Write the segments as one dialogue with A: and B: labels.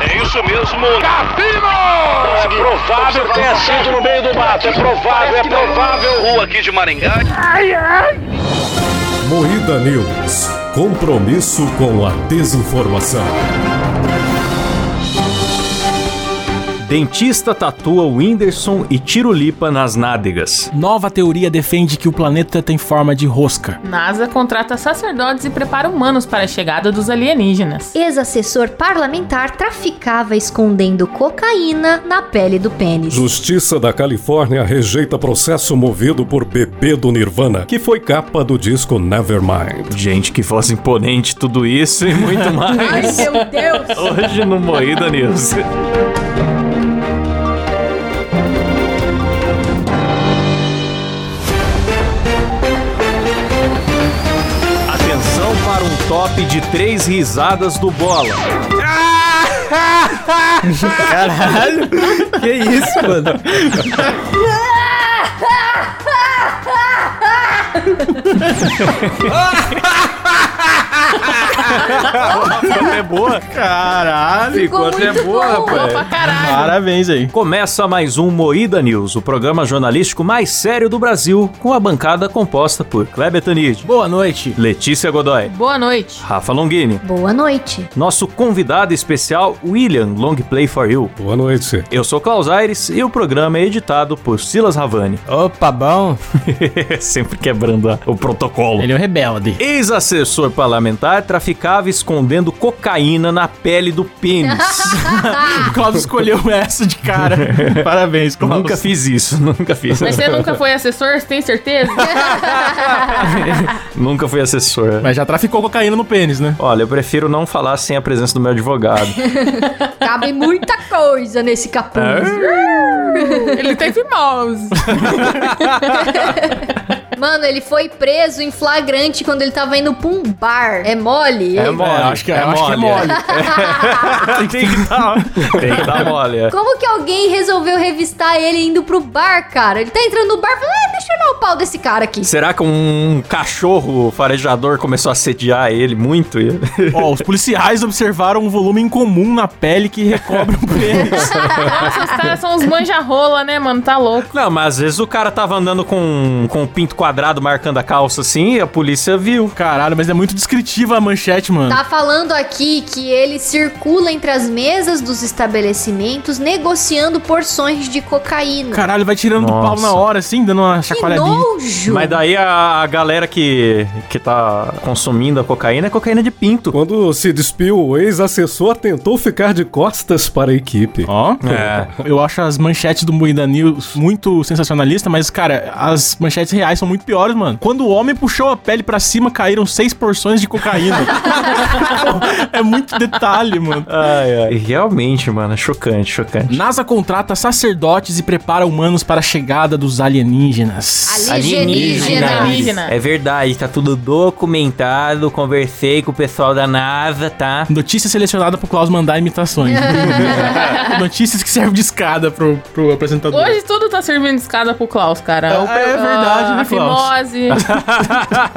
A: É isso mesmo.
B: Cassino!
A: É provável que tenha sido no meio do mato. É provável, é provável. Rua aqui de Maringá.
C: Moída News. Compromisso com a desinformação.
D: Dentista tatua Whindersson e Tirulipa nas nádegas.
E: Nova teoria defende que o planeta tem forma de rosca.
F: NASA contrata sacerdotes e prepara humanos para a chegada dos alienígenas.
G: Ex-assessor parlamentar traficava escondendo cocaína na pele do pênis.
C: Justiça da Califórnia rejeita processo movido por bebê do Nirvana, que foi capa do disco Nevermind.
D: Gente, que voz imponente tudo isso e muito mais.
F: Ai, meu Deus!
D: Hoje no Moída News. Atenção para um top de três risadas do Bola.
E: Caralho! Que isso, mano?
D: É boa.
E: Caralho!
D: Ficou até
F: muito
D: é boa,
F: bom,
D: rapaz.
F: pra caralho.
E: Parabéns aí.
D: Começa mais um Moída News, o programa jornalístico mais sério do Brasil, com a bancada composta por Kleber Tanid,
E: Boa noite.
D: Letícia Godoy,
F: Boa noite.
D: Rafa Longini,
G: Boa noite.
D: nosso convidado especial William Long Play for You.
C: Boa noite.
D: Eu sou Klaus Aires e o programa é editado por Silas Ravani,
E: Opa, bom.
D: sempre quebrando a- o protocolo.
E: Ele é um rebelde.
D: Ex-assessor parlamentar traficava escondendo cocaína na pele do pênis.
E: O Cláudio escolheu essa de cara. Parabéns, Cláudio.
D: nunca fiz isso, nunca fiz.
E: é-
F: Mas você nunca foi assessor, você tem certeza?
D: nunca fui assessor.
E: Mas já traficou cocaína no pênis, né?
D: Olha, eu prefiro não falar sem a presença do meu advogado.
G: Cabe muita coisa nesse capuz.
F: Ele teve mouse.
G: Mano, ele foi preso em flagrante quando ele tava indo pra um bar. É mole? Ele-
E: É, acho que é, acho que é mole.
D: Tem que dar, tem que dar mole. é.
G: Como que alguém resolveu revistar ele indo pro bar, cara? Ele tá entrando no bar e falando, ah, deixa eu olhar o pau desse cara aqui.
D: Será que um farejador farejador começou a assediar ele muito? E-
E: Ó, os policiais observaram um volume incomum na pele que recobre um pênis.
F: Nossa, os caras são uns manja-rola, né, mano? Tá louco.
D: Não, mas às vezes o cara tava andando com, com o pinto quadrado marcando a calça assim e a polícia viu.
E: Caralho, mas é muito descritiva a manchete, mano.
G: Tá falando aqui que ele circula entre as mesas dos estabelecimentos negociando porções de cocaína.
E: Caralho, vai tirando do pau
D: Nossa.
E: na hora, assim, dando uma
G: que
E: chacoalhadinha.
G: nojo!
D: Mas daí a, a galera que, que tá consumindo a cocaína é cocaína de pinto.
C: Quando se despiu, o ex-assessor tentou ficar de costas para a equipe.
E: Ó.
D: É.
E: Eu acho as manchetes do Moída News muito sensacionalista, mas, cara, as manchetes reais são muito piores, mano. Quando o homem puxou a pele pra cima, caíram seis porções de cocaína. é muito detalhe, mano.
D: Ai, ai. Realmente, mano, é chocante, chocante.
E: NASA contrata sacerdotes e prepara humanos para a chegada dos alienígenas.
G: Alienígena.
F: Alienígena.
D: É verdade, tá tudo documentado. Conversei com o pessoal da NASA, tá?
E: Notícia selecionada pro Klaus mandar imitações. Notícias que servem de escada pro, pro apresentador.
F: Hoje tudo tá servindo de escada pro Klaus, cara.
E: Ah, é verdade,
F: Ah,
E: né,
F: A fimose.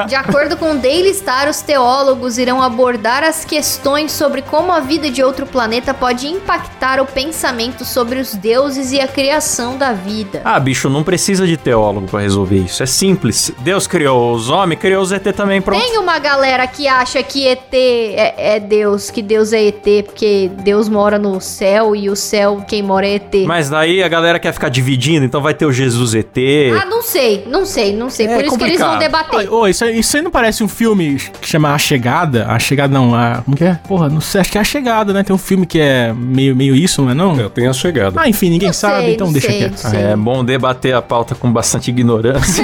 G: De acordo com o Daily Star, os teólogos irão abordar as questões sobre como a vida de outro planeta pode impactar o pensamento sobre os deuses e a criação da vida.
D: Ah, bicho, não precisa de teólogo pra resolver isso. É simples. Deus criou os homens, criou os ET também, pronto.
G: Tem uma galera que acha que ET é, é Deus, que Deus é ET, porque Deus mora no céu e o céu quem mora é ET.
D: Mas daí a galera quer ficar dividindo, então vai ter o Jesus ET.
G: Ah, não sei, não sei, não sei.
D: É
G: Por isso que eles vão
D: complicado.
G: debater.
E: Ô, isso, aí- isso aí não parece um filme que chama A Chegada? A Chegada não, a. Como que é? Porra, não sei, acho que é A Chegada, né? Tem um filme que é meio, meio isso, não é não?
C: É, tem a chegada.
E: Ah, enfim, ninguém
G: Não
E: sabe,
G: sei,
E: então
G: não
E: deixa
G: sei,
E: quieto.
G: não sei.
D: É bom debater a pauta com bastante ignorância.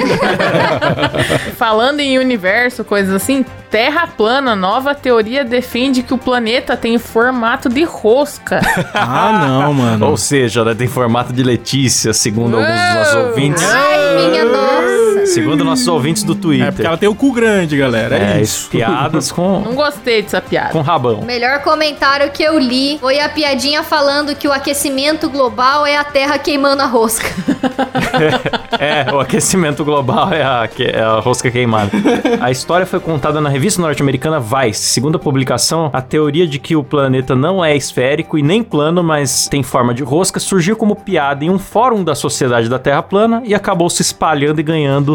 F: Falando em universo, coisas assim, Terra plana, nova teoria defende que o planeta tem formato de rosca.
E: Ah, não, mano.
D: Ou seja, né, tem formato de Letícia, segundo alguns dos nossos
F: Uou!
D: ouvintes.
G: Ai, minha nossa.
D: Segundo nossos ouvintes do
E: É porque
D: Twitter.
E: ela tem o cu grande, galera. É,
D: É,
E: isso.
D: piadas
F: Não
D: com,
F: gostei dessa piada.
D: com
G: O
D: rabão.
G: melhor comentário que eu li foi a piadinha falando que o aquecimento global é a Terra queimando a rosca.
D: É, o aquecimento global é a, que- é a rosca queimada. A história foi contada na revista norte-americana Vice. Segundo a publicação, a teoria de que o planeta não é esférico e nem plano, mas tem forma de rosca, surgiu como piada em um fórum da Sociedade da Terra Plana e acabou se espalhando e ganhando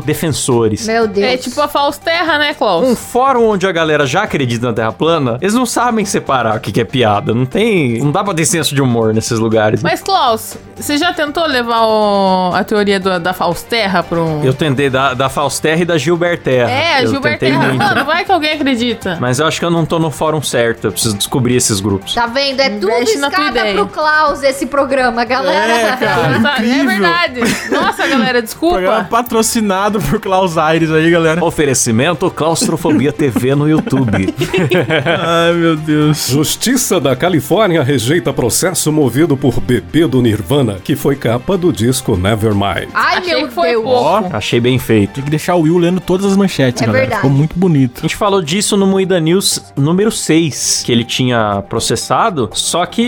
D: defensores.
G: Meu Deus.
F: É tipo a Falsterra, né,
D: Um
F: Klaus?
D: fórum onde a galera já acredita na Terra plana, eles não sabem separar o que, que é piada. Não tem. Não dá pra ter senso de humor nesses lugares.
F: Mas, Klaus, você já tentou levar o- a teoria do- da Falsterra pra um...
D: Eu tentei da, da Falsterra e da Gilberterra.
F: É, a
D: eu
F: Gilberto
D: tentei
F: Terra.
D: muito.
F: Mano, vai que alguém acredita.
D: Mas eu acho que eu não tô no fórum certo. Eu preciso descobrir esses grupos.
G: Tá vendo? É tudo
F: Investe na tua
G: escada
F: ideia. É,
G: pro Klaus esse programa, galera.
F: Tá, é
E: incrível.
F: verdade. Nossa, galera,
E: Programa é
F: desculpa.
E: patrocinado por Klaus Aires aí, galera.
D: Oferecimento Claustrofobia TV no YouTube.
E: Ai, meu Deus.
C: Justiça da Califórnia rejeita processo movido por bebê do Nirvana, que foi capa do disco Nevermind.
G: Ai,
F: Achei
G: meu
F: que foi
G: Deus.
F: pouco.
D: Achei bem feito.
E: Tem que deixar o Will lendo todas as manchetes,
G: É
E: galera.
G: verdade.
E: Ficou muito bonito.
D: A gente falou disso no Moída News número 6, que ele tinha processado, só que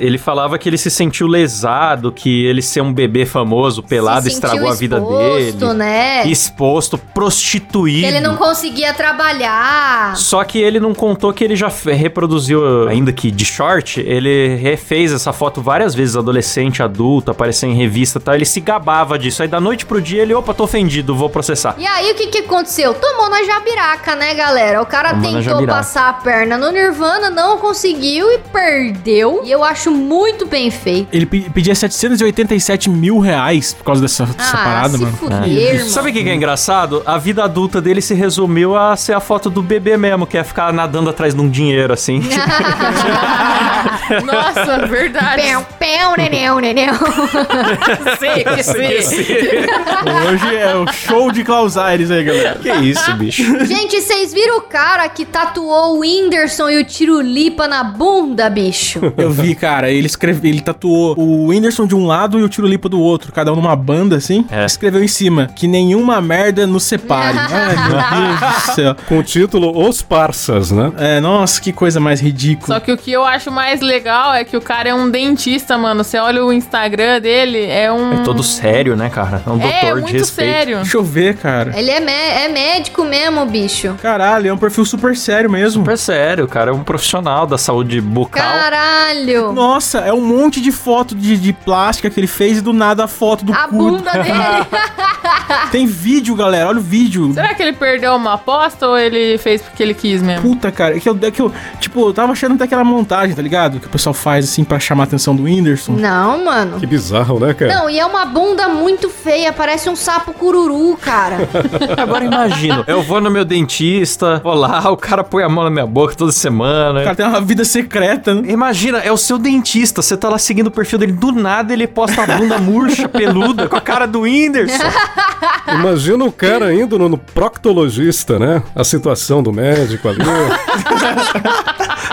D: ele falava que ele se sentiu lesado, que ele ser um bebê famoso, pelado,
G: Se sentiu
D: estragou a vida
G: exposto,
D: dele.
G: né?
D: Exposto, prostituído.
G: Ele não conseguia trabalhar.
D: Só que ele não contou que ele já fe- reproduziu, ainda que de short, ele refez essa foto várias vezes, adolescente, adulto, apareceu em revista e tal. Ele se gabava disso. Aí da noite pro dia ele, opa, tô ofendido, vou processar.
G: E aí, o que que aconteceu? Tomou na jabiraca, né, galera? O cara
D: Tomou na
G: tentou
D: jabiraca.
G: passar a perna no Nirvana, não conseguiu e perdeu. E eu acho muito bem feito.
E: Ele pe- pedia 787 mil reais por causa dessa, dessa
G: Ah,
E: parada,
G: se
E: mano.
G: fuder, mano.
D: Sabe o que, que é engraçado? A vida adulta dele se resumiu a ser a foto do bebê mesmo, que é ficar nadando atrás de um dinheiro, assim.
F: Nossa, verdade.
G: Pão, pão, neném, neném.
F: Sei que sei.
E: Hoje é o show de Klaus Aires aí, galera.
D: que isso, bicho?
G: Gente, vocês viram o cara que tatuou o Whindersson e o Tirulipa na bunda, bicho?
E: Eu vi, cara, ele escreveu, ele tatuou o Whindersson de um lado e o Tirolipa do outro, cada um numa banda assim.
D: É.
E: Escreveu em cima que nenhuma merda nos separe. Ai, meu Deus do céu.
C: Com o título Os Parsas, né?
E: É, nossa, que coisa mais ridícula.
F: Só que o que eu acho mais legal é que o cara é um dentista, mano. Você olha o Instagram dele, é um...
D: É todo sério, né, cara? É um
F: É,
D: doutor de
F: muito
D: respeito.
F: sério.
E: Deixa eu ver, cara.
G: Ele é, mé- é médico mesmo, bicho.
E: Caralho, é um perfil super sério mesmo.
D: Super sério, cara. É um profissional da saúde bucal.
G: Caralho.
E: Nossa, é um monte de foto de, de plástica que ele fez e do nada a foto do
G: A
E: cu. né?
G: bunda dele.
E: Tem vídeo, galera. Olha o vídeo.
F: Será que ele perdeu uma aposta ou ele fez porque ele quis mesmo?
E: Puta, cara, é que eu, é que eu, tipo, eu tava achando até aquela montagem, tá ligado? Que o pessoal faz, assim, pra chamar a atenção do
G: Hum.
E: Whindersson.
G: Não, mano.
C: Que bizarro, né, cara?
G: Não, e é uma bunda muito feia, parece um sapo cururu, cara.
D: Agora imagino, eu vou no meu dentista, vou lá, o cara põe a mão na minha boca toda semana.
E: O cara tem uma vida secreta, né?
D: Imagina, é o seu dentista, você tá lá seguindo o perfil dele, do nada ele posta a bunda murcha, peluda, com a cara do Whindersson.
C: Imagina o cara indo no, no proctologista, né? A situação do médico ali.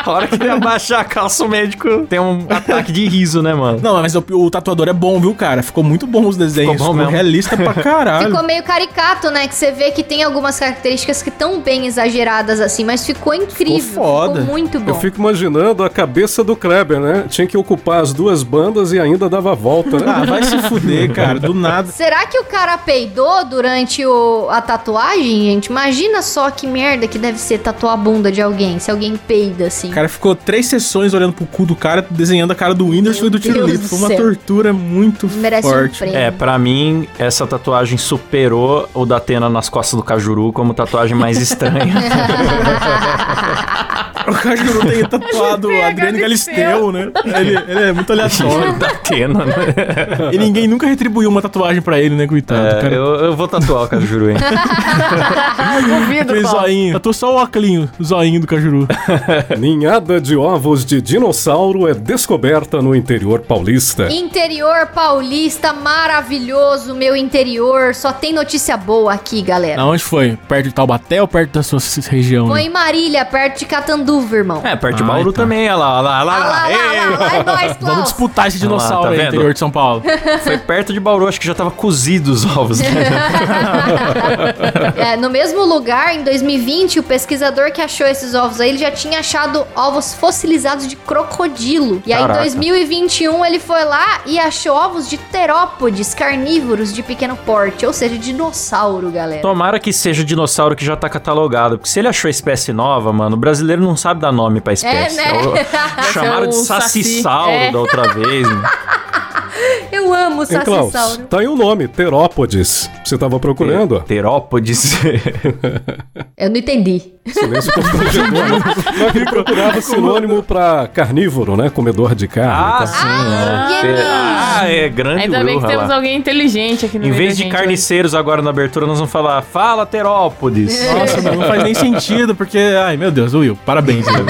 D: A hora que ele abaixar a calça, o médico tem um ataque de riso, né, mano?
E: Não, mas o, o tatuador é bom, viu, cara? Ficou muito bom os desenhos.
D: Ficou bom mesmo.
E: realista pra caralho.
G: Ficou meio caricato, né? Que você vê que tem algumas características que estão bem exageradas assim, mas ficou incrível.
E: Ficou foda.
G: muito bom.
C: Eu fico imaginando a cabeça do Kleber, né? Tinha que ocupar as duas bandas e ainda dava a volta,
E: Ah,
C: né?
E: vai se fuder, cara. Do nada.
G: Será que o cara peidou durante o- a tatuagem, gente? Imagina só que merda que deve ser tatuar a bunda de alguém, se alguém peida assim.
E: O cara ficou três sessões olhando pro cu do cara, desenhando a cara do Whindersson
G: Meu
E: e do
G: Deus
E: Tirolito.
G: do
E: Foi uma
G: céu.
E: tortura muito
G: Merece um
E: forte.
G: prêmio.
D: É, pra mim, essa tatuagem superou o da Atena nas costas do Cajuru como tatuagem mais estranha.
E: o Cajuru tem tatuado
F: Achei que
E: o Adriano
F: agradeceu.
E: Galisteu, né? Ele, ele é muito aleatório.
D: da Atena, né?
E: e ninguém nunca retribuiu uma tatuagem pra ele, né, coitado?
D: É,
E: cara.
D: eu, eu vou tatuar o Cajuru, hein?
F: Duvido,
E: Aquele
F: Paulo.
E: zoinho. Eu tô só o óculinho, o zoinho do Cajuru.
C: Ninhada de ovos de dinossauro é descoberta no interior paulista.
G: Interior paulista maravilhoso, meu interior. Só tem notícia boa aqui, galera.
E: Aonde foi? Perto de Taubaté ou perto da sua s- região?
G: Foi
E: né?
G: em Marília, perto de Catanduva, irmão.
D: É, perto de
E: Ai,
D: Bauru
E: tá.
D: também, olha lá, olha lá,
G: Ah
D: olha
G: lá, lá,
D: lá.
G: lá, lá, lá, é nóis,
E: Vamos
G: Klaus.
E: disputar esse dinossauro
D: Ah, tá
E: aí,
D: vendo?
E: interior de São Paulo.
D: Foi perto de Bauru, acho que já tava cozido os ovos. né?
G: É, no mesmo lugar, em 2020, o pesquisador que achou esses ovos aí, ele já tinha achado ovos fossilizados de crocodilo. E aí, em
D: Caraca.
G: 2021, ele foi lá e achou ovos de terópodes carnívoros de pequeno porte, ou seja, dinossauro, galera.
D: Tomara que seja o dinossauro que já tá catalogado, porque se ele achou a espécie nova, mano, o brasileiro não sabe dar nome pra espécie.
F: É,
G: né?
D: o- Chamaram de
F: o É um saci.
D: sacissauro
F: É.
D: da outra vez, mano.
G: Eu amo o
C: Hein, Klaus?
G: sacissauro.
C: Tá aí o nome, Terópodes. Você tava procurando?
D: Terópodes.
G: Eu não entendi.
C: Silêncio constrangedor. né? Mas quem procurava sinônimo pra carnívoro, né? Comedor de carne. tá?
D: ah,
C: e tal.
D: sim, né?
G: que
D: Te- Ah, é grande
F: Ainda bem que
D: urra
F: temos
D: lá.
F: alguém inteligente aqui no
D: Em
F: meio
D: vez
F: da
D: de
F: gente né? hoje.
D: carniceiros agora na abertura, nós vamos falar, fala Terópodes.
E: Nossa, mano, não faz nem sentido, porque. Ai, meu Deus, Will, parabéns. Will.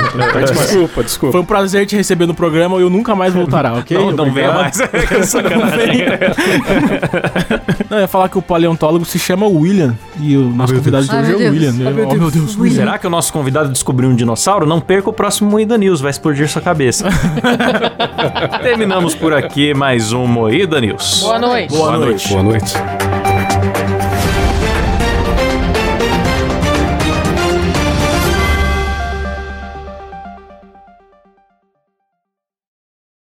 C: Desculpa, desculpa.
E: Foi um prazer te receber no programa e eu nunca mais voltará, ok?
D: Não, não venha
E: Obrigado.
D: mais. É Sacanagem.
E: Não, eu ia falar que o paleontólogo se chama William. E o nosso convidado de
G: Ai,
E: hoje é
G: Ah, meu
E: o
G: Deus.
E: William.
G: Ai,
E: né?
G: meu
E: oh, meu
G: Deus,
E: Deus,
G: William.
D: Será que o nosso convidado descobriu um dinossauro? Não perca o próximo Moída News, vai explodir sua cabeça. Terminamos por aqui mais um Moída News.
F: Boa noite.
E: Boa noite.
C: Boa noite.